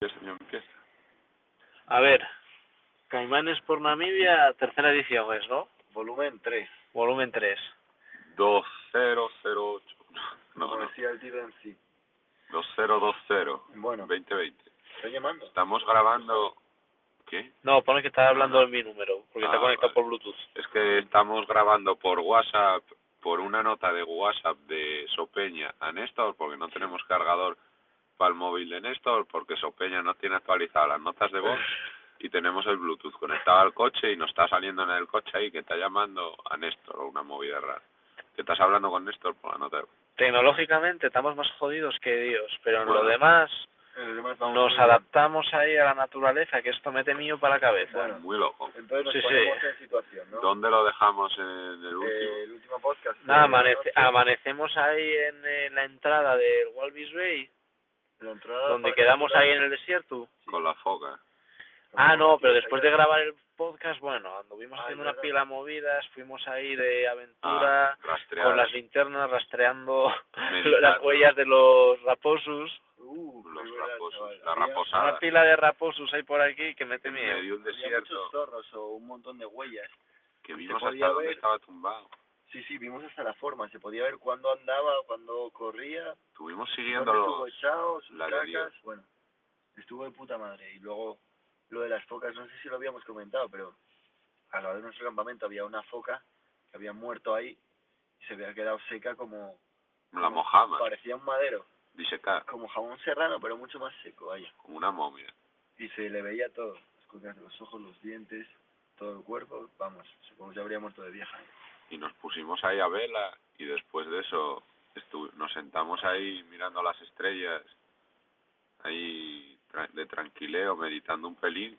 Ya, señor, empieza. A ver, Caimanes por Namibia, tercera edición es, ¿no? Volumen 3. Volumen 3. 2008. No, Como no, decía el título en sí. 2020. Bueno, 2020. estoy llamando. Estamos grabando. ¿Qué? No, pone que estaba hablando de mi número, porque Ah, está conectado vale. por Bluetooth. Es que estamos grabando por WhatsApp, por una nota de WhatsApp de Sopeña a Néstor, porque no tenemos cargador para el móvil de Néstor, porque Sopeña no tiene actualizadas las notas de voz y tenemos el Bluetooth conectado al coche y nos está saliendo en el coche ahí que está llamando a Néstor o una movida rara. Que estás hablando con Néstor por la nota de voz. Tecnológicamente estamos más jodidos que Dios, pero en Bueno. lo demás Además, vamos nos muy bien. adaptamos ahí a la naturaleza, que esto mete mío para la cabeza. Bueno. Muy loco. Entonces nos Sí, sí. ponemos en situación, ¿no? ¿Dónde lo dejamos en el último? Eh, el último podcast. Nada, eh, amanece- anoche, amanecemos ahí en eh, la entrada del Walvis Bay, la entrada donde para quedamos capturar- ahí en el desierto. Con la foca. Ah, no, pero después de grabar el podcast, bueno, anduvimos pues Ah, haciendo es unas verdad. pilas movidas, fuimos ahí de aventura. Ah, rastreada. con las linternas rastreando Meditando. las huellas de los raposus. Uh, muy Los buena, raposos, chaval. la Había- raposada. Una pila de raposus hay por aquí que mete En miedo. medio de un había desierto muchos zorros o un montón de huellas. que se vimos podía hasta donde ver. estaba tumbado. Sí, sí, vimos hasta la forma. Se podía ver cuándo andaba, cuándo corría, Estuvimos dónde siguiendo estuvo los... echado, sus la de cacas. Dios. Bueno, estuvo de puta madre. Y luego lo de las focas, no sé si lo habíamos comentado, pero al lado de nuestro campamento había una foca que había muerto ahí y se había quedado seca como... La mojama, Parecía un madero, disecar, como jamón serrano, pero mucho más seco, vaya. como una momia. Y se le veía todo, las cuencas de los ojos, los dientes, todo el cuerpo, vamos, supongo que se habría muerto de vieja. Y nos pusimos ahí a vela y después de eso estu- nos sentamos ahí mirando las estrellas, ahí tra- de tranquileo, meditando un pelín.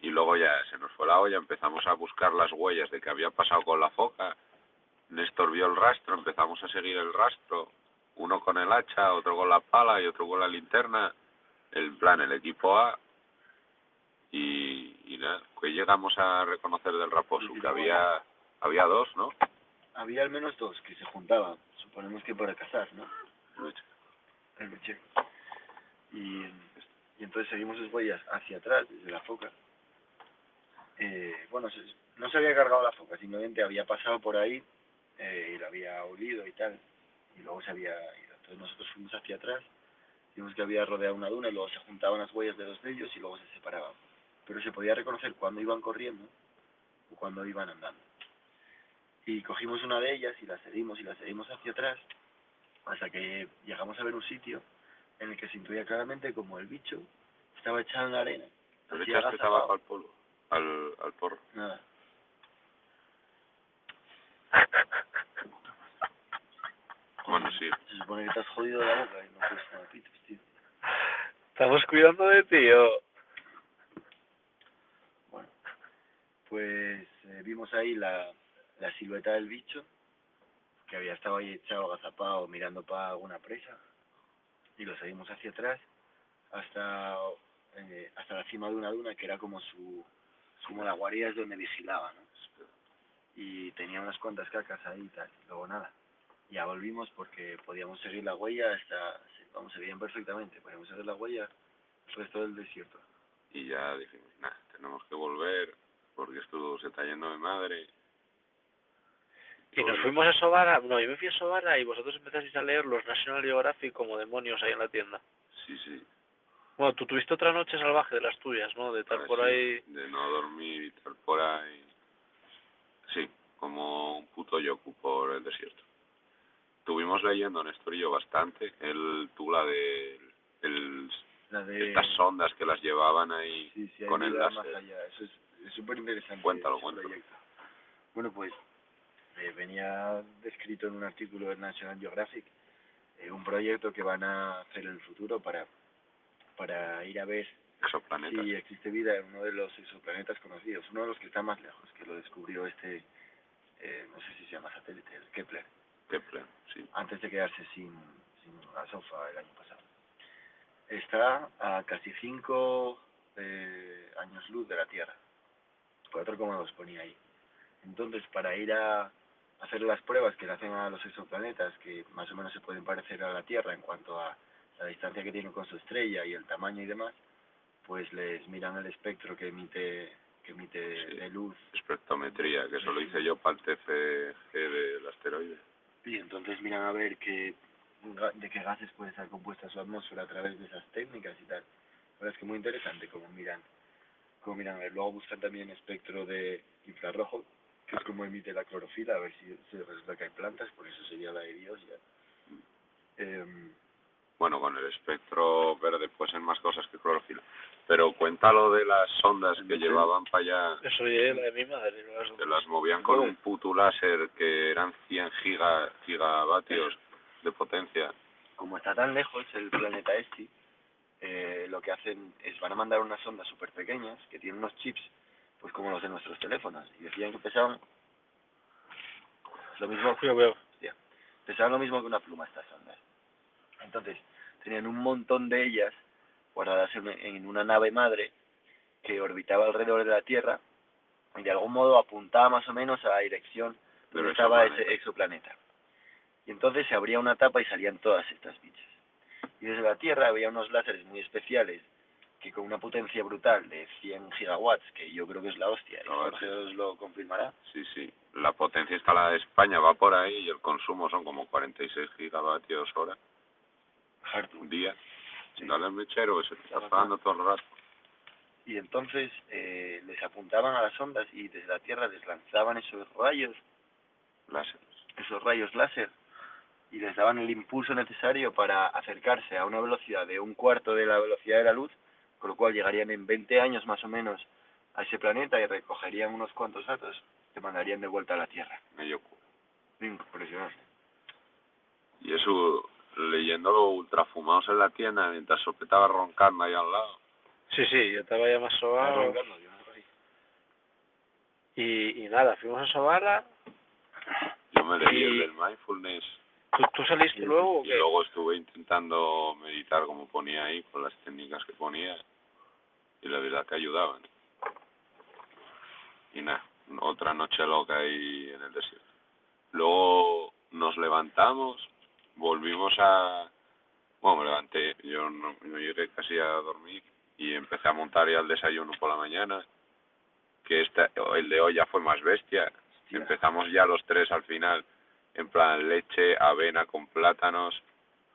Y luego ya se nos fue la olla, empezamos a buscar las huellas de que había pasado con la foca. Néstor vio el rastro, empezamos a seguir el rastro, uno con el hacha, otro con la pala y otro con la linterna, el plan, el equipo A. Y, y nada, que llegamos a reconocer del raposo, que había, había dos, ¿no? Había al menos dos que se juntaban, suponemos que para cazar, ¿no? El mechero. Y, y entonces seguimos sus huellas hacia atrás, desde la foca. Eh, bueno, se- no se había cargado la foca, simplemente había pasado por ahí eh, y la había olido y tal. Y luego se había ido. Entonces nosotros fuimos hacia atrás, vimos que había rodeado una duna y luego se juntaban las huellas de dos de ellos y luego se separaban. Pero se podía reconocer cuando iban corriendo o cuando iban andando. Y cogimos una de ellas y la seguimos y la seguimos hacia atrás hasta que llegamos a ver un sitio en el que se intuía claramente como el bicho estaba echado en la arena. Le Así echaste agazapado. tabaco al polvo, al, al porro. Nada. Bueno, sí. Se supone que te has jodido la boca y no puedes fumar pitos, tío. Estamos cuidando de tío. Bueno, pues eh, vimos ahí la, la silueta del bicho que había estado ahí echado, agazapado, mirando para alguna presa y lo seguimos hacia atrás hasta eh, hasta la cima de una duna que era como su como la guarida es donde vigilaba, ¿no? Y tenía unas cuantas cacas ahí y tal, luego nada. Ya volvimos porque podíamos seguir la huella hasta, vamos, se veían perfectamente, podíamos seguir la huella el resto del desierto. Y ya dijimos, nada, tenemos que volver porque esto se está yendo de madre. Y nos Bueno, fuimos a Sobara, no, yo me fui a Sobara y vosotros empezasteis a leer los National Geographic como demonios ahí en la tienda. Sí, sí. Bueno, tú tuviste otra noche salvaje de las tuyas, ¿no? De estar Ah, por sí, ahí. De no dormir y tal por ahí. Sí, como un puto yoku por el desierto. Estuvimos leyendo, Néstor y yo, bastante. Él, tú la de el- La de... estas sondas que las llevaban ahí. Sí, sí, hay con el vida láser. más allá. Eso es- es súper interesante. Cuéntalo, ese cuéntalo. proyecto. Bueno, pues eh, venía descrito en un artículo del National Geographic eh, un proyecto que van a hacer en el futuro para, para ir a ver Exoplanetas. si existe vida en uno de los exoplanetas conocidos, uno de los que está más lejos, que lo descubrió este, eh, no sé si se llama satélite, el Kepler Qué plan, sí. antes de quedarse sin, sin la sofa el año pasado. Está a casi 5 años luz de la Tierra, 4,2 ponía ahí. Entonces, para ir a hacer las pruebas que le hacen a los exoplanetas, que más o menos se pueden parecer a la Tierra en cuanto a la distancia que tienen con su estrella y el tamaño y demás, pues les miran el espectro que emite que emite Sí. de luz espectrometría, que eso lo hice yo para el TFG del asteroide. y entonces miran a ver qué ga- de qué gases puede estar compuesta su atmósfera a través de esas técnicas y tal. La verdad es que muy interesante cómo miran cómo miran a ver. Luego buscan también espectro de infrarrojo, que es como emite la clorofila, a ver si se resulta que hay plantas, porque eso sería la eriosia. Em, Bueno, con el espectro verde pues ser más cosas que clorofila. Pero cuenta lo de las sondas que llevaban para allá, Eso es la de mi madre. no que las- las movían con un puto láser que eran 100 giga, gigavatios de potencia. como está tan lejos el planeta este, eh, lo que hacen es van a mandar unas ondas súper pequeñas que tienen unos chips, pues como los de nuestros teléfonos. Y decían que pesaban lo mismo, Yo veo. pesaban lo mismo que una pluma estas ondas. Entonces, tenían un montón de ellas guardadas en, en una nave madre que orbitaba alrededor de la Tierra y de algún modo apuntaba más o menos a la dirección Pero donde estaba exoplaneta. ese exoplaneta. Y entonces se abría una tapa y salían todas estas bichas. Y desde la Tierra había unos láseres muy especiales que con una potencia brutal de 100 gigawatts, que yo creo que es la hostia, ¿eh? y Gigawatts. Jorge os lo confirmará, Sí, sí. La potencia instalada de España va por ahí y el consumo son como 46 gigavatios hora, Hartung. un día. Sí. Dale al mechero que se te está Claro, apagando todo el rato. y entonces eh, les apuntaban a las ondas y desde la Tierra les lanzaban esos rayos, Láser. esos rayos láser, y les daban el impulso necesario para acercarse a una velocidad de un cuarto de la velocidad de la luz, con lo cual llegarían en 20 años más o menos a ese planeta y recogerían unos cuantos datos que mandarían de vuelta a la Tierra. Medio cu- Impresionante. Y eso, leyendo los ultrafumados en la tienda, mientras sopetaba roncando ahí al lado. Sí, sí, yo estaba ya más sobado. Y, y nada, fuimos a Sobala. Yo me leí Y- el del mindfulness ¿Tú, tú saliste luego o y qué? luego estuve intentando meditar como ponía ahí, con las técnicas que ponía, y la verdad que ayudaban. Y nada, otra noche loca ahí en el desierto. Luego nos levantamos, volvimos a... Bueno, me levanté, yo no, no llegué casi a dormir y empecé a montar ya el desayuno por la mañana, que esta, el de hoy ya fue más bestia, Empezamos ya los tres al final, en plan leche, avena con plátanos.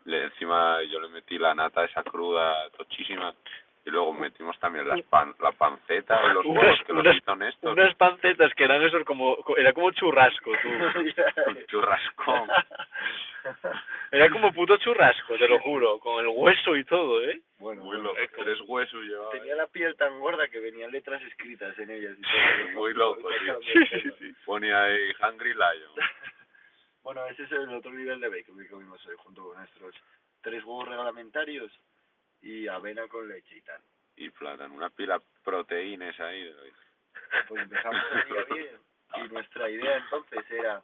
Le, encima yo le metí la nata esa cruda, tochísima. Y luego metimos también las pan, la panceta y los Unas- huevos que los unas- hizo Néstor. Unas pancetas que eran esos como, co- era como churrasco, tú. Un churrascón. Era como puto churrasco, te lo juro, con el hueso y todo, ¿eh? bueno, Muy bueno, loco, tres huesos llevaba. ¿eh? Tenía la piel tan gorda que venían letras escritas en ellas. Y todo. Muy loco, sí. Totalmente, ¿no? Sí, Ponía ahí Hungry Lion. Bueno, ese es el otro nivel de bacon que comimos hoy, junto con nuestros tres huevos reglamentarios y avena con leche y tal. Y plátano, una pila de proteínas ahí. Pues empezamos el día bien. Y nuestra idea entonces era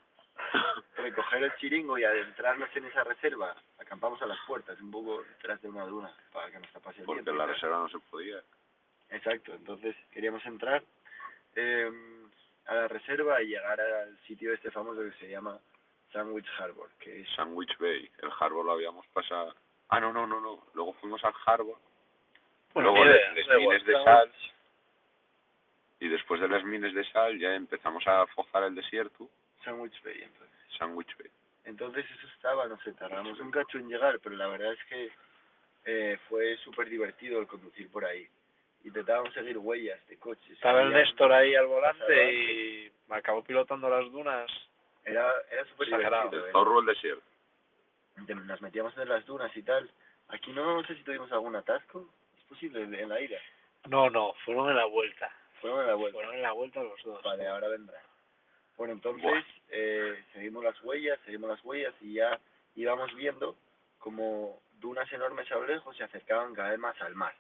recoger el chiringo y adentrarnos en esa reserva. Acampamos a las puertas, un poco detrás de una duna, para que nos tapase el Porque viento. y en la tal. reserva no se podía. Exacto, entonces queríamos entrar eh, a la reserva y llegar al sitio este famoso que se llama Sandwich Harbor, que es Sandwich Bay, el Harbor lo habíamos pasado. Ah, no, no, no, no. Luego fuimos al Harbor. Luego mira, de- de da igual, mines de estamos- sal y después de las mines de sal ya empezamos a fojar el desierto, Sandwich Bay, entonces. Sandwich Bay. Entonces eso estaba, no sé, tardamos un cacho en llegar, pero la verdad es que eh, fue súper divertido el conducir por ahí. Intentábamos seguir huellas de coches. Estaba el Había- Néstor ahí al volante Estaba- y me acabó pilotando las dunas. Era, era súper Exagerado. divertido. Del era- zorro al desierto. de- nos metíamos en las dunas y tal. Aquí no, no sé si tuvimos algún atasco. Es posible, en, en la ida. No, no, fueron en la vuelta. Fueron en la vuelta. Fueron en la vuelta los dos. Vale, ahora vendrá. Bueno, entonces Buah. eh, seguimos las huellas, seguimos las huellas y ya íbamos viendo como dunas enormes a lo lejos se acercaban cada vez más al mar.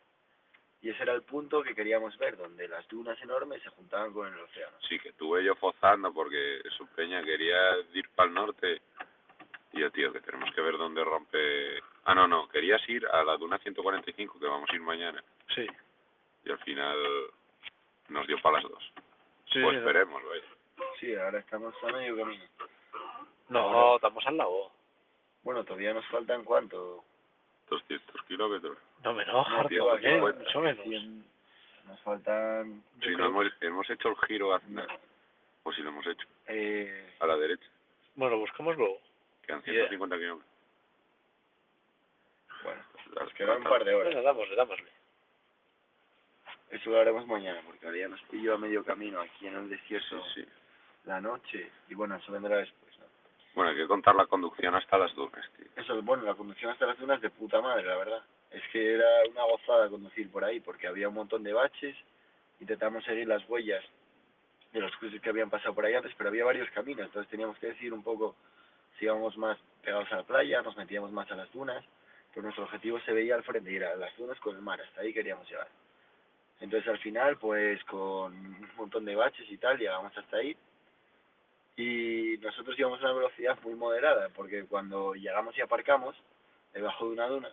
Y ese era el punto que queríamos ver, donde las dunas enormes se juntaban con el océano. Sí, que estuve yo fozando porque su peña quería ir para el norte. Y yo, tío, que tenemos que ver dónde rompe... Ah, no, no, querías ir a la duna 145, que vamos a ir mañana. Sí. Y al final nos dio para las dos. sí pues sí. esperemos, vaya. Sí, ahora estamos a medio camino. No, estamos al lado. Bueno, todavía nos faltan cuánto. 200 kilómetros. No me enoja, No, tío, ¿por qué? bueno, mucho menos. Cien- Nos faltan... Si no yo creo- hemos, hemos hecho el giro hacia... O si lo hemos hecho. Eh, A la derecha. Bueno, busquémoslo. Quedan Yeah. 150 kilómetros. bueno, pues, Las nos quedan un par de horas. Bueno, dámosle, dámosle. Eso lo haremos mañana, porque ahora ya nos pillo a medio camino aquí en el desierto Sí, sí. la noche. Y bueno, eso vendrá después, ¿no? Bueno, hay que contar la conducción hasta las dunas, tío. Eso, bueno, la conducción hasta las dunas de puta madre, la verdad. Es que era una gozada conducir por ahí, porque había un montón de baches, intentamos seguir las huellas de los cruces que habían pasado por ahí antes, pero había varios caminos, entonces teníamos que decidir un poco si íbamos más pegados a la playa, nos metíamos más a las dunas, pero nuestro objetivo se veía al frente, ir a las dunas con el mar, hasta ahí queríamos llegar. Entonces al final, pues con un montón de baches y tal, llegamos hasta ahí, y nosotros íbamos a una velocidad muy moderada, porque cuando llegamos y aparcamos, debajo de una duna,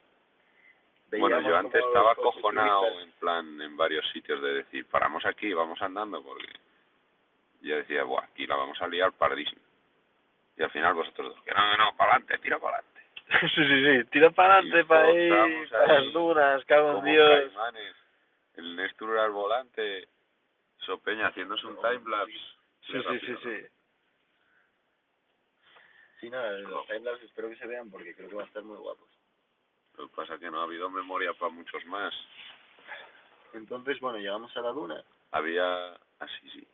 Bueno, yo veíamos antes como estaba los coches acojonado turistas- en plan en varios sitios de decir, paramos aquí, vamos andando, porque yo decía, Buah, aquí la vamos a liar pardísima. Y al final vosotros dos, que no, no, no, para adelante, tira para adelante. sí, sí, sí. Tira para adelante, Y para ahí, encontramos para ahí las dunas, cago en Como Dios. caimanes, el Néstor al volante, Sopeña haciéndose un timelapse. Sí, de sí, sí, rápido. sí. Sí, nada, los timelapse espero que se vean porque creo que van a estar muy guapos. Lo que pasa es que no ha habido memoria para muchos más. Entonces, bueno, llegamos a la duna, Había, así sí,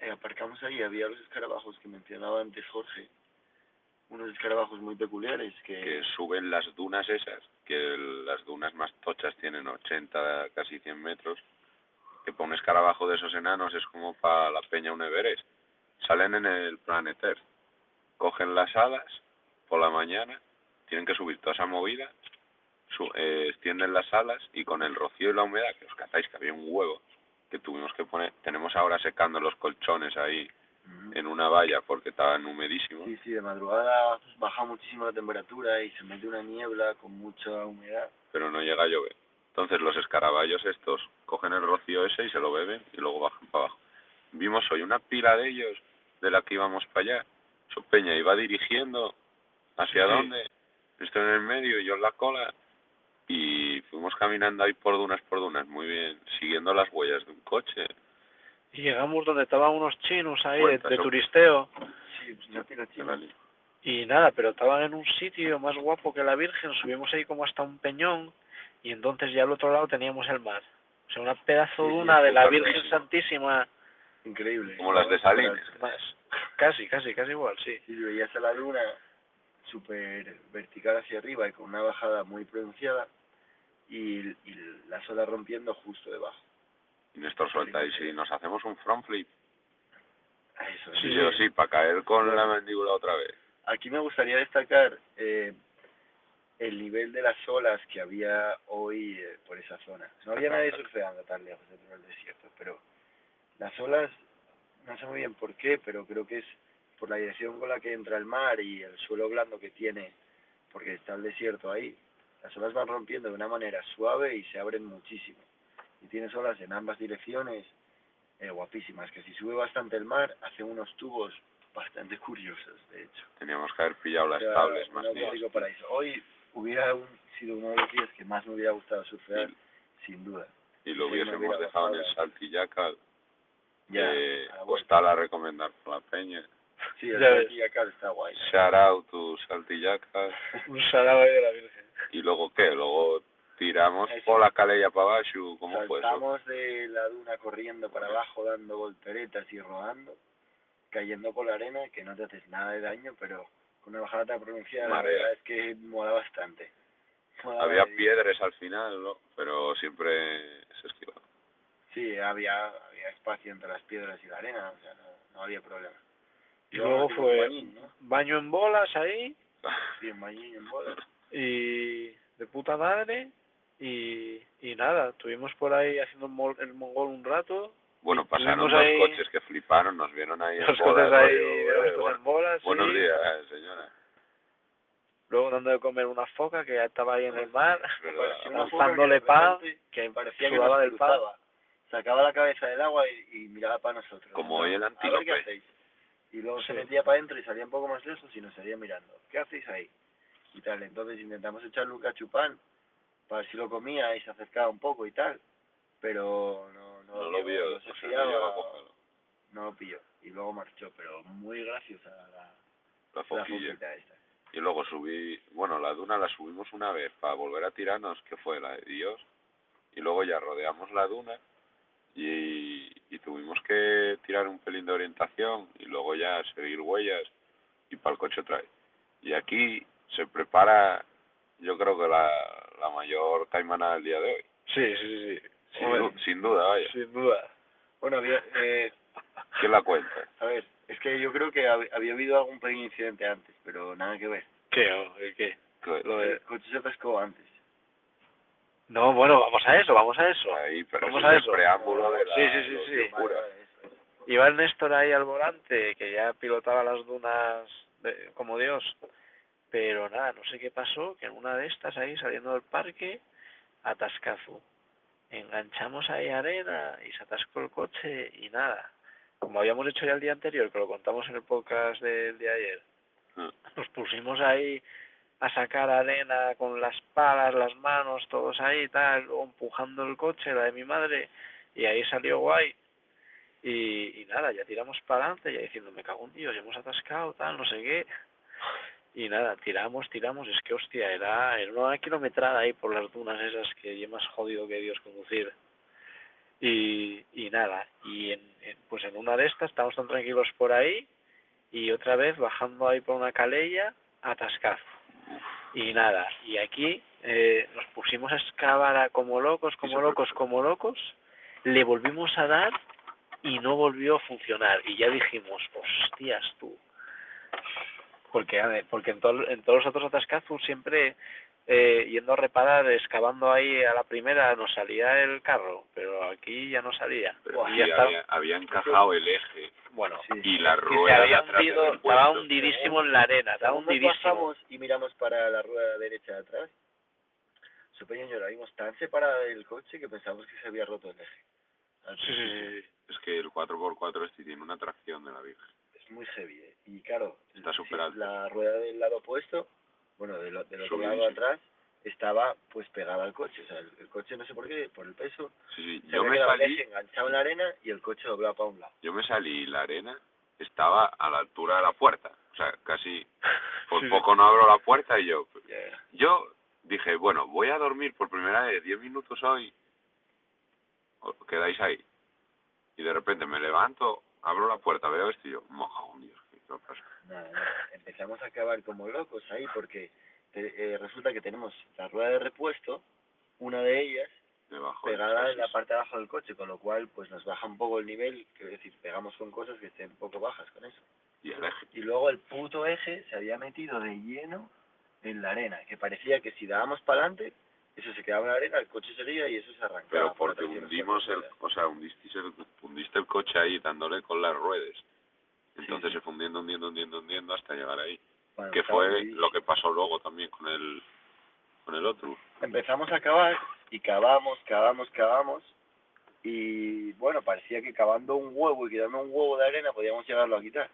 eh, aparcamos ahí, había los escarabajos que mencionaba antes Jorge. Unos escarabajos muy peculiares que que... suben las dunas esas, que el- las dunas más tochas tienen 80, casi 100 metros, que para un escarabajo de esos enanos es como para la peña un Everest. Salen en el Planet Earth, cogen las alas por la mañana, tienen que subir toda esa movida, su- eh, extienden las alas y con el rocío y la humedad, que os catáis que había un huevo, que tuvimos que poner, tenemos ahora secando los colchones ahí Ujú. en una valla porque estaban humedísimos. Sí, sí, de madrugada baja muchísimo la temperatura y se mete una niebla con mucha humedad. pero no llega a llover. Entonces los escaraballos estos cogen el rocío ese y se lo beben y luego bajan para abajo. Vimos hoy una pila de ellos de la que íbamos para allá. Su peña iba dirigiendo hacia Sí. dónde. Estoy en el medio y yo en la cola. Y fuimos caminando ahí por dunas, por dunas, muy bien, siguiendo las huellas de un coche. Y llegamos donde estaban unos chinos ahí de, Puertas, de ¿no? turisteo. Sí, pues no tiene En la chino. li- Y nada, pero estaban en un sitio más guapo que la Virgen. Subimos ahí como hasta un peñón. Y entonces ya al otro lado teníamos el mar. O sea, una pedazo Sí, sí, duna de la puta Virgen Virgen. Santísima. Increíble. Como las de Salines. Más- Casi, casi, casi igual, sí. Sí, veías a la luna súper vertical hacia arriba y con una bajada muy pronunciada y, y la sola rompiendo justo debajo. Y Néstor suelta y si nos hacemos un front flip. Ah, Eso, Sí, sí. yo sí, para caer con la mandíbula otra vez. Aquí me gustaría destacar eh, el nivel de las olas que había hoy eh, por esa zona. No había nadie surfeando tan lejos dentro del desierto, pero las olas, no sé muy bien por qué, pero creo que es por la dirección con la que entra el mar y el suelo blando que tiene, porque está el desierto ahí. Las olas van rompiendo de una manera suave y se abren muchísimo. Y tienes olas en ambas direcciones eh, guapísimas, que si sube bastante el mar, hace unos tubos bastante curiosos, de hecho. Teníamos que haber pillado las O sea, tablas más un bien. auténtico paraíso. Hoy hubiera un- sido uno de los días que más me hubiera gustado surfear, sin duda. y lo Sí, me hubiera hubiésemos dejado en el gustado. saltillaca eh, a la vuelta. Costala a recomendar para la peña Sí, el Ya ves. día acá está guay. shout out to saltillaca Un sarao ahí de la Virgen. y luego qué luego tiramos Eso. por la calella para abajo ¿cómo fue eso? Saltamos de la duna corriendo para abajo, dando volteretas y rodando, cayendo por la arena, que no te haces nada de daño, pero con una bajada tan pronunciada, Marea. la verdad es que mola bastante. Mola había y- piedras al final ¿no? pero siempre se esquivaba Sí, había, había espacio entre las piedras y la arena, o sea, no, no había problema. Y luego fue- Bañín, ¿no? Baño en bolas ahí. Sí, en Bañín, en bodas. y de puta madre y, y nada, estuvimos por ahí haciendo el mol- el mongol un rato, bueno pasaron Tuvimos los ahí- coches que fliparon nos vieron ahí en los bolas, coches ahí, rollo, eh, los bueno, en bolas, sí. buenos días señora luego dando de comer una foca que ya estaba ahí en el mar, Es verdad. Parecía una foca lanzándole que de pan, repente que parecía que sudaba nos del pan. cruzaba. Sacaba la cabeza del agua y, y miraba para nosotros. Como hoy el A ver, antílope. ¿qué hacéis? Y luego se Sí. metía para adentro y salía un poco más lejos y nos seguía mirando. ¿Qué hacéis ahí? Y tal, entonces intentamos echarle un cachupán para ver si lo comía y se acercaba un poco y tal, pero no, no, No lo vio, no se o sea, fiaba, no llegó a cogerlo. no lo pilló. Y luego marchó, pero muy graciosa la, La la foquilla. foquita esta. Y luego subí, bueno, la duna la subimos una vez para volver a tirarnos, que fue la de Dios, y luego ya rodeamos la duna y, y tuvimos que tirar un pelín de orientación y luego ya seguir huellas y para el coche trae. Y aquí se prepara, yo creo que la, la mayor caimana del día de hoy. Sí, sí, sí. sí. Sin, Joder, du- sin duda, vaya. sin duda. Bueno, había, eh, ¿Quién la cuenta? a ver, es que yo creo que hab- había habido algún pequeño incidente antes, pero nada que ver. ¿Qué? o- el ¿Qué? Que- Lo de- El coche se atascó antes. No, bueno, vamos a eso, vamos a eso. Ahí, pero Vamos ese a es eso. el preámbulo de la Sí, sí, sí, sí. locura. Iba el Néstor ahí al volante, que ya pilotaba las dunas de- como Dios. Pero nada, no sé qué pasó, que en una de estas ahí saliendo del parque, atascazo. Enganchamos ahí arena y se atascó el coche y nada. Como habíamos hecho ya el día anterior, que lo contamos en el podcast del día de ayer, Ah. nos pusimos ahí a sacar arena con las palas, las manos, todos ahí, tal, luego empujando el coche, la de mi madre, y ahí salió guay. Y, y nada, ya tiramos para adelante, ya diciendo, me cago en Dios, ya hemos atascado, tal, no sé qué. Y nada, tiramos, tiramos, es que hostia, era, era una kilometrada ahí por las dunas esas que lleva más jodido que Dios conducir. Y, y nada, y en, en- pues en una de estas estamos tan tranquilos por ahí y otra vez bajando ahí por una calella, atascazo. Y nada, y aquí eh, nos pusimos a excavar a como locos, como se locos, como locos, le volvimos a dar y no volvió a funcionar. Y ya dijimos, hostias tú. Porque, a ver, porque en, tol- en todos los otros atascazos siempre eh, yendo a reparar, excavando ahí a la primera, nos salía el carro, pero aquí ya no salía. Pero Y sí, ya está. había, había encajado el eje Bueno, Sí. y la que se rueda de había atrás del hundido, repuesto. estaba hundidísimo en la arena, estaba Cuando nos hundidísimo. bajamos y miramos para la rueda derecha de atrás, su pequeño la vimos tan separada del coche que pensamos que se había roto el eje. Al Sí, sí, principio. sí, sí. Es que el 4x4 este tiene una tracción de la Virgen. Es muy heavy, ¿eh? Y claro, Está sí, súper alto. la rueda del lado opuesto, bueno, del, o- del otro lado Subidísimo. atrás, estaba pues pegada al coche. O sea, el, el coche no sé por qué, por el peso, Sí, sí. se Yo había me quedado el salí, eje enganchado en la arena y el coche doblaba para un lado. yo me salí y la arena estaba a la altura de la puerta. O sea, casi por Sí, Pues sí. poco no abro la puerta y yo. Yo dije, bueno, voy a dormir por primera vez 10 minutos hoy. O- Quedáis ahí. Y de repente me levanto, abro la puerta, veo esto y yo, mojo, Dios, ¿qué qué pasa? Nada, nada. Empezamos a acabar como locos ahí porque te- eh, resulta que tenemos la rueda de repuesto, una de ellas Debajo del pegada en la chasis. parte de abajo del coche, con lo cual pues nos baja un poco el nivel, quiero decir, pegamos con cosas que estén un poco bajas con eso. Y el eje. Y luego el puto eje se había metido de lleno en la arena, que parecía que si dábamos para adelante, eso se quedaba en la arena, el coche salía y eso se arrancaba. Pero por porque atrás y nos hundimos el, cortaba. o sea, hundiste el, hundiste el coche ahí dándole con las ruedas. Entonces Sí, sí. se fue hundiendo, hundiendo, hundiendo, hundiendo hasta llegar ahí. Bueno, Que estaba fue muy- lo que pasó luego también con el con el otro. empezamos a cavar y cavamos, cavamos, cavamos y bueno, parecía que cavando un huevo y quitando un huevo de arena podíamos llegarlo a quitar.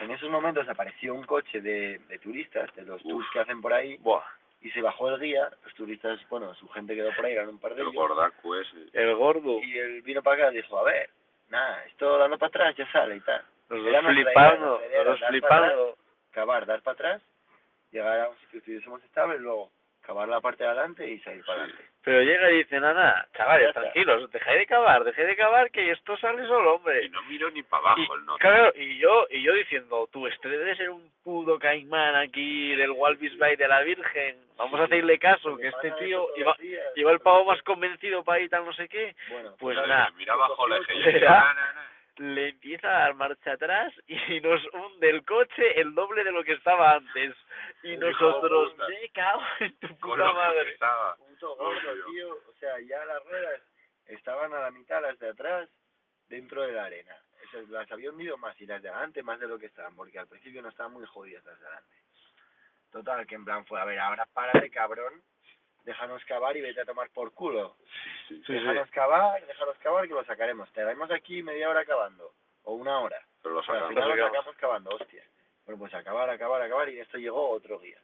En esos momentos apareció un coche de, de turistas, de los Uf. tours que hacen por ahí, Buah, y se bajó el guía, los turistas, bueno, su gente quedó por ahí, eran un par de El ellos, gordaco ese. el gordo. y él vino para acá y dijo, a ver, nada, esto dando para atrás ya sale y tal. Nos Era dos nuestra flipando, idea, nuestra nos idea, dos dar para flipando. Cavar, dar para atrás, llegar a un sitio que estuviésemos estable, luego cavar la parte de adelante y salir para Sí. adelante. Pero llega y dice, nada, Ya chavales, está. tranquilos, dejad de cavar, dejad de cavar, que esto sale solo, hombre. Y no miro ni para abajo el Y, norte. Eh, claro, y yo, y yo diciendo, tú, este debe ser un pudo caimán aquí del Walvis Bay de la Virgen, vamos a hacerle caso, que este tío iba, iba el pavo más convencido para ahí tal no sé qué, Bueno, pues Yo dije, nada, Mira abajo el eje. Yo Era- dije, "Na, na, na". le empieza a dar marcha atrás y nos hunde el coche el doble de lo que estaba antes. Y Hijo de nosotros, puta. me cago en tu Con puta lo que madre. estaba. puto gordo, tío. O sea, ya las ruedas estaban a la mitad, las de atrás, dentro de la arena. O sea, las había hundido más y las de adelante más de lo que estaban, porque al principio no estaban muy jodidas las de adelante. Total, que en plan fue, a ver, ahora párate, cabrón, déjanos cavar y vete a tomar por culo. Sí, sí. Déjanos cavar, déjanos cavar que lo sacaremos. Te daremos aquí media hora cavando, o una hora. Pero lo O sea, al sacaron. final lo sacamos. sacamos cavando, hostia. Bueno, pues acabar, acabar, acabar y de esto llegó otro guía.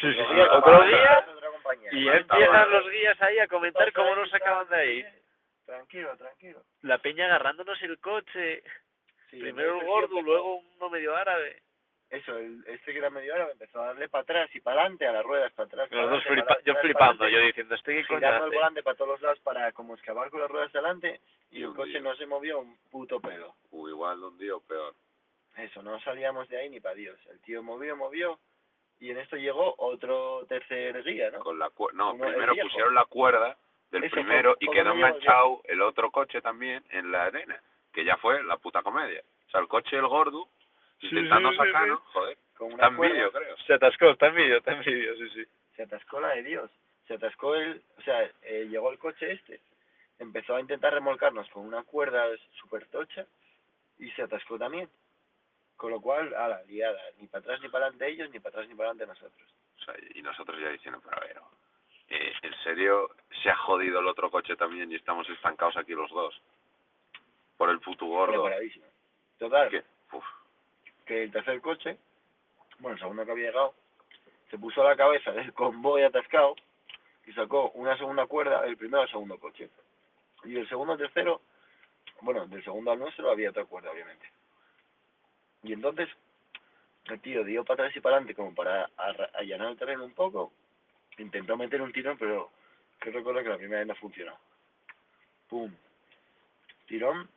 Sí, sí, sí. día, Otro otro día, España. Y ya empiezan los guías ahí a comentar cómo nos sacaban de ahí. Tranquilo, tranquilo. La peña agarrándonos el coche. Sí, Primero entonces un el gordo, tío luego uno medio árabe. empezó- Eso, el, este que era medio árabe empezó a darle para atrás y para adelante, a las ruedas, para atrás. para Los dos adelante, flipa- yo para atrás, para flipando, adelante. yo diciendo, ¿este qué coño girando el hace? volante para todos los lados para como excavar con las ruedas delante y Y el un coche lío. no se movió un puto pelo. O igual de un día o peor. Eso, no salíamos de ahí ni para Dios. El tío movió, movió y en esto llegó otro tercer guía, ¿no? Con la cuer- no, Como el primero viejo. pusieron la cuerda del Eso, primero y ¿cómo quedó me llamo enganchado el otro coche también en la arena, que ya fue la puta comedia. O sea, el coche del gordo Sí, intentando sí, sí, sí. sacarlo, joder, Con está una en cuerda. vídeo, creo. Se atascó, está en vídeo, está en vídeo, sí, sí. Se atascó la de Dios. Se atascó el... O sea, eh, llegó el coche este. Empezó a intentar remolcarnos con una cuerda súper tocha y se atascó también. Con lo cual, a la liada, ni para atrás ni para adelante ellos, ni para atrás ni para adelante nosotros. O sea, y nosotros ya diciendo, pero a ver, eh, en serio, se ha jodido el otro coche también y estamos estancados aquí los dos. Por el puto gordo. Preparadísimo. Total, Que, uf, que el tercer coche, bueno, el segundo que había llegado, se puso a la cabeza del convoy atascado y sacó una segunda cuerda del primero al segundo coche. Y del segundo al tercero, bueno, del segundo al nuestro había otra cuerda, obviamente. Y entonces el tío dio para atrás y para adelante como para arra- allanar el terreno un poco. Intentó meter un tirón, pero que recuerdo que la primera vez no funcionó. Pum. Tirón,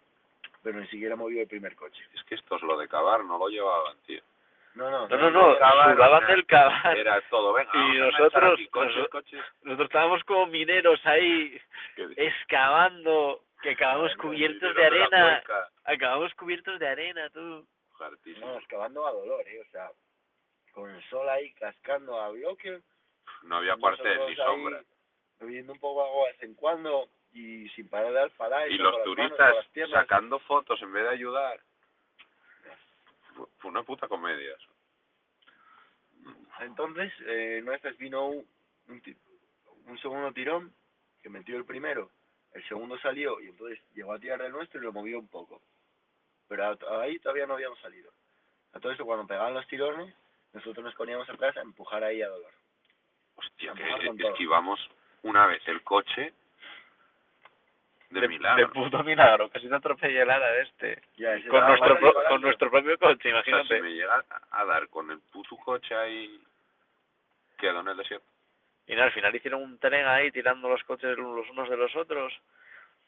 pero ni siquiera movió el primer coche. es que esto es lo de cavar, no lo llevaban, tío. No, no, No, no, no, Caballo, sudaban era- del caballo. Era todo, venga, Ah. Y vamos a nosotros- enganchar aquí coches, noso- coches. Nosotros estábamos como mineros ahí, que- excavando, que acabamos Ay, no, cubiertos Pero eh, de la arena. cuenca, Acabamos cubiertos de arena, tú. hartísimo. No, excavando a dolor, ¿eh? O sea, con el sol ahí cascando a bloque. No había cuartel ni nosotros ahí sombra. Bebiendo un poco de agua de vez en cuando y sin parar de alfalá. Y con los las manos, turistas con las piernas. sacando fotos en vez de ayudar. Fue- Fue una puta comedia. eso. Entonces, eh, nuestras vino un, un, ti- un segundo tirón que metió el primero. El segundo salió y entonces llegó a tirar del nuestro y lo movió un poco. Pero a- ahí todavía no habíamos salido. A todo eso, cuando pegaban los tirones, nosotros nos poníamos atrás a empujar ahí a dolor. Hostia, A mojar con que todo. esquivamos una vez el coche de, milagro. de puto milagro, casi te atropellé el árabe este. Ya, ese Con estaba nuestro, parado pro- y parado. con nuestro propio coche, O sea, si imagínate. me llega a a dar con el puto coche ahí, quedo en el desierto. Y nada, al final hicieron un tren ahí tirando los coches los unos de los otros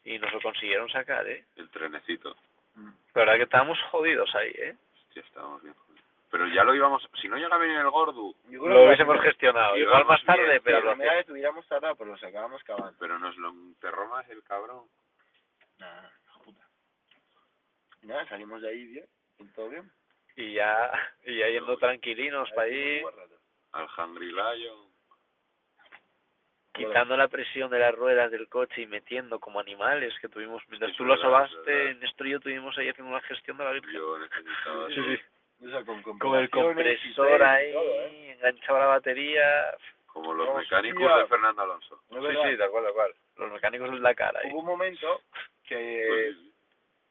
y nos lo consiguieron sacar, ¿eh? El trenecito. Mm. La verdad que estábamos jodidos ahí, ¿eh? Hostia, estábamos bien. jodidos. Pero ya lo íbamos... Si no llega a venir el gordo, Yo creo Lo que hubiésemos la- gestionado. Sí, Igual vamos más tarde, bien, pero la lo primera hacíamos. vez tuviéramos tardado, pero los acabamos cavando. pero nos lo enterró más el cabrón. Nah, hijo de puta. Y Nada, salimos de ahí bien, y todo bien. Y ya, y ya yendo tranquilinos para ahí, Al Hungry Lion. quitando la presión de las ruedas del coche y metiendo como animales que tuvimos. Mientras Sí, tú es lo verdad, es sobaste, verdad. Néstor y yo tuvimos ahí haciendo la gestión de la Virgen. Yo necesitaba... Sí, eso. sí. O sea, con, Con el compilaciones y compresor todo, ahí, y todo, ¿eh? enganchado a la batería. Como los Hostia. mecánicos de Fernando Alonso. No es verdad. Uh. tal cual, tal cual. Los mecánicos en la cara ahí. Hubo un momento que,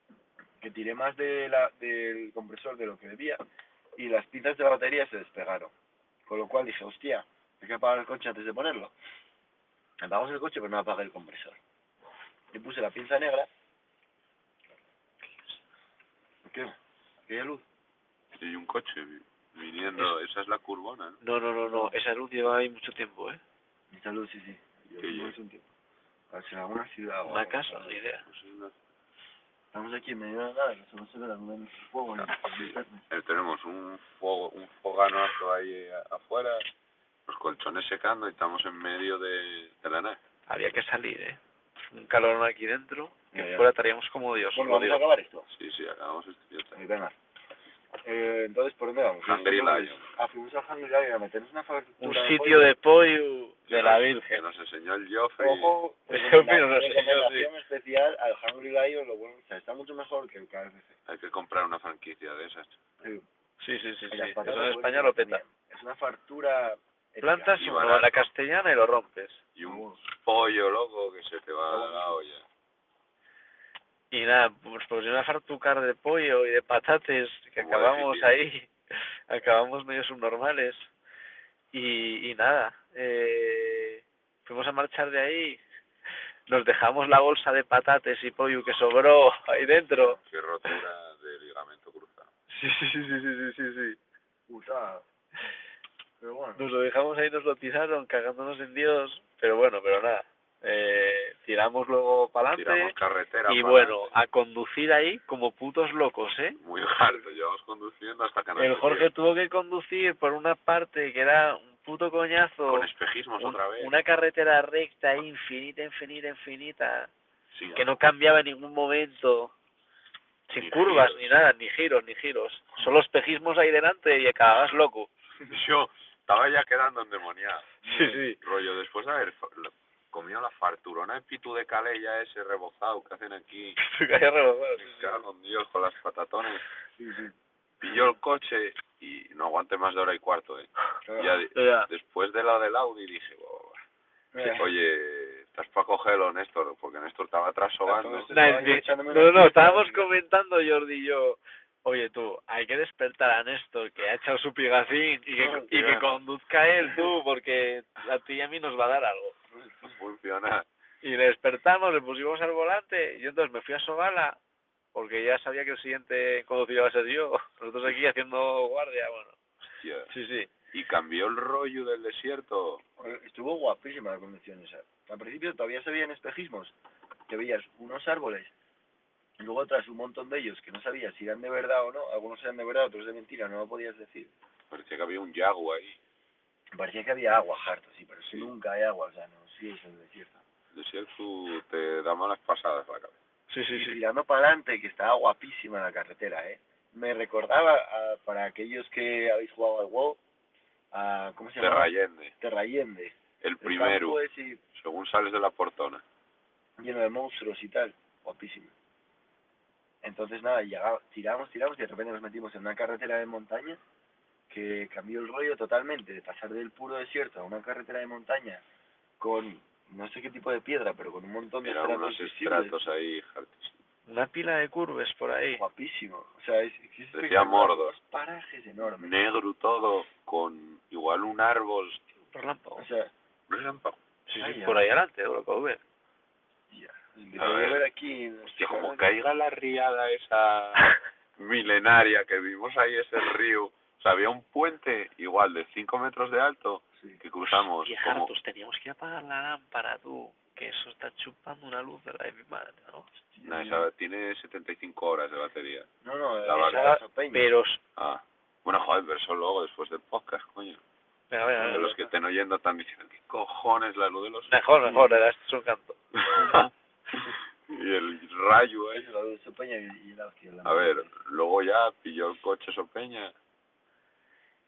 Pues, que tiré más de la, del compresor de lo que debía y las pinzas de la batería se despegaron. Con lo cual dije, hostia, hay que apagar el coche antes de ponerlo. Apagamos el coche, pero no apagué el compresor. Y puse la pinza negra. ¿Qué? Aquella luz. Pues, Y un coche vi- viniendo, esa es la curvona, ¿no? No, no, no, no. Esa luz lleva ahí mucho tiempo, ¿eh? Esa luz, sí, sí. Yo Sí, vivo yo. hace un tiempo. Ah, A ver, será una ciudad o Una algo, casa, ¿sabes? ni idea. No sé, no- Estamos aquí en medio de la nada, que solo se ve la luna en el fuego. ¿no? Sí. Eh, tenemos un fuego, un foganazo ahí eh, afuera, los colchones secando y estamos en medio de, de la nave. Había que salir, ¿eh? Un calorón aquí dentro. Que Ya, ya. fuera estaríamos como Dios. Bueno, lo vamos a digo. acabar esto. Sí, sí, acabamos este tío Eh, también. venga. Eh, entonces, ¿por dónde vamos? Hungry Lion. Ah, fuimos a Hungry Lion a meternos una factura. Un sitio de pollo de la Que Virgen. nos enseñó el Joffrey. Ojo, Pero recomendación no sé, yo sí. recomendación especial al Hungry Lion. Lo bueno, o sea, está mucho mejor que el KFC. Hay que comprar una franquicia de esas. Eh, Sí, sí, sí. sí. las Eso patatas en buenas España lo peta. también. Es una fartura. épica. Plantas Y uno barato. a la castellana y lo rompes. Y un pollo, loco, que se te va a la olla. Y nada, pues por una fartucar de pollo y de patates que Como acabamos decir, ahí, acabamos medio subnormales. Y, y nada, eh, fuimos a marchar de ahí, nos dejamos la bolsa de patates y pollo que sobró ahí dentro. Qué rotura de ligamento cruzado. Sí, sí, sí, sí, sí, sí, sí. Puta. Pero bueno. Nos lo dejamos ahí, nos lo tiraron, cagándonos en Dios. Pero bueno, pero nada. Eh, tiramos luego para Tiramos adelante. carretera. Y para bueno, adelante. a conducir ahí como putos locos, ¿eh? Muy harto, llevamos conduciendo hasta que nos El Jorge metieron. tuvo que conducir por una parte que era un puto coñazo. Con ¿eh? espejismos un- otra vez. Una carretera recta, ahí, infinita, infinita, infinita. Sí, que no cambiaba en ningún momento, sin Ni curvas giros. ni nada, ni giros, ni giros. Solo espejismos ahí delante y acababas loco. Yo estaba ya quedando endemoniado. Eh, Sí, sí. Rollo, después de haber fa- la- comido la farturona en pitu de Calella ese rebozado que hacen aquí, Se caía rebozado, sí, me sí. cago en Dios con las patatones, Sí, sí. pilló el coche y no aguanté más de hora y cuarto, eh. Claro. Ya de- Ya, ya. después de la del Audi dije, "Buah, Eh. Mira, oye, estás para cogerlo, Néstor, porque Néstor estaba atrás sobando. Entonces, Nah, estaba es yo que- echándome no, los no, pies estábamos en- comentando Jordi y yo. Oye tú, hay que despertar a Néstor que ha echado su pigacín y que, y que conduzca él tú, porque a ti y a mí nos va a dar algo. Funciona. Y le despertamos, le pusimos al volante, y yo entonces me fui a Sobala, porque ya sabía que el siguiente conducido iba a ser yo. Nosotros aquí haciendo guardia, bueno. Hostia. Sí, sí. Y cambió el rollo del desierto. Estuvo guapísima la conducción esa. Al principio todavía se veían espejismos, que veías unos árboles, y luego atrás un montón de ellos que no sabías si eran de verdad o no, algunos eran de verdad, otros de mentira, no lo podías decir. Parecía que había un yago ahí. Parecía que había agua, harto, sí, pero si Sí. nunca hay agua, o sea, no, sí, es el desierto. El desierto te da malas pasadas a la cabeza. Sí, sí, Y sí. tirando para adelante, que estaba guapísima la carretera, ¿eh? Me recordaba, a- para aquellos que habéis jugado al WoW, a, ¿cómo se llama? Terrayende, Terrayende. El el primero, campo ese según sales de la portona. lleno de monstruos y tal, guapísimo. Entonces nada, llegaba, tiramos, tiramos y de repente nos metimos en una carretera de montaña que cambió el rollo totalmente, de pasar del puro desierto a una carretera de montaña con no sé qué tipo de piedra, pero con un montón de Eran unos visibles. estratos ahí, hartísimos. Una pila de curves por ahí. guapísimo. O sea, es, es espectacular, Mordor. unos parajes enormes. negro todo, con igual un árbol. Relámpago. O sea, Relámpago. Sí, Ay, sí, ya. por ahí adelante, Eurocover. ya, el A ver. ver aquí... en- Hostia, como caiga la riada esa milenaria que vimos ahí, ese río. O sea, había un puente igual de 5 metros de alto Sí. que cruzamos Y como... hartos, teníamos que apagar la lámpara, tú. Que eso está chupando una luz de la de mi madre, ¿no? No, esa tiene 75 horas de batería. No, no, La eh, verdad, Sarasa Peña. Pero, s- Ah. Bueno, joder, pero eso luego después del podcast, coño. venga, venga, De venga. Eh, los que estén oyendo están diciendo, ¿qué cojones la luz de los Mm. Mejor, mejor, era este es un canto. y el rayo ahí. Eso, la Sarasa Peña y- y la hostia, la A ver, luego ya pilló el coche Sopeña.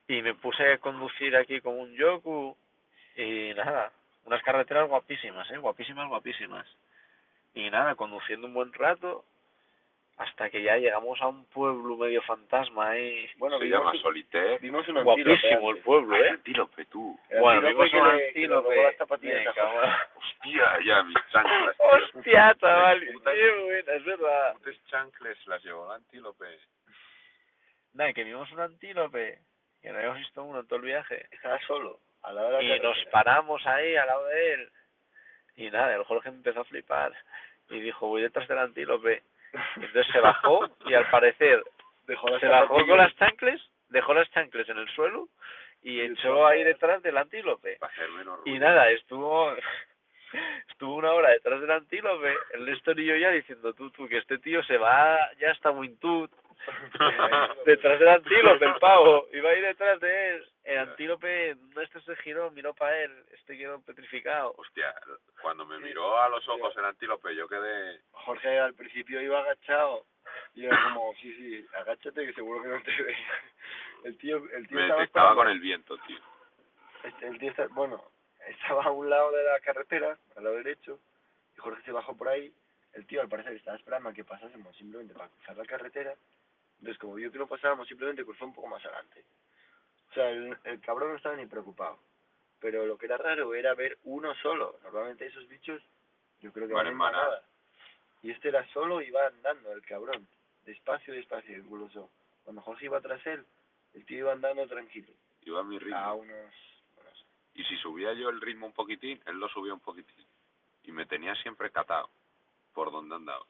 Y me puse a conducir aquí como un yoku. Y nada, unas carreteras guapísimas, ¿eh? Guapísimas, guapísimas. Y nada, conduciendo un buen rato. Hasta que ya llegamos a un pueblo medio fantasma ahí. Bueno, se vimos- llama Solitaire. Vimos un Guapísimo el antílope pueblo, ¿eh? Antílope, tú. antes. El Bueno, antílope vimos que un le- que le robó antílope. las zapatillas Venga, a Jorge. va. Hostia, ya mis chanclas. tío. Hostia, chaval, Mis qué putas- buena, es verdad. putas chanclas las llevó el Antílope. Nada, que vimos un antílope, que no habíamos visto uno en todo el viaje. Estaba solo, al lado de la Y nos carretera. paramos ahí al lado de él. Y nada, el Jorge empezó a flipar. Y dijo, voy detrás del antílope. Entonces se bajó y al parecer Dejó las se bajó zapatillas. con las chancles, dejó las chancles en el suelo y echó ahí detrás del antílope. Para hacer menos ruido. Y nada, estuvo estuvo una hora detrás del antílope, el Néstor y yo ya diciendo, tú, tú, que este tío se va, ya está muy tú, detrás del antílope, el pavo, iba a ir detrás de él. El antílope, no, este se giró, miró para él, este quedó petrificado. Hostia, cuando me miró a los ojos el Antílope, yo quedé... Jorge al principio iba agachado. Y era como, sí, sí, agáchate que seguro que no te ve. El tío, el tío Me estaba detectaba esperando- con el viento, tío. este, el tío está- bueno, estaba a un lado de la carretera, al lado derecho, y Jorge se bajó por ahí. El tío al parecer estaba esperando a que pasásemos simplemente para cruzar la carretera. Entonces, como vio que no pasábamos, simplemente cruzó un poco más adelante. O sea, el, el cabrón no estaba ni preocupado. Pero lo que era raro era ver uno solo. Normalmente esos bichos, yo creo que Van van en en manada. manada. Y este era solo y iba andando, el cabrón. Despacio, despacio, incluso. Cuando Jorge iba tras él, el tío iba andando tranquilo Iba a mi ritmo. a unos, no sé, Y si subía yo el ritmo un poquitín, él lo subía un poquitín. Y me tenía siempre catado por donde andaba.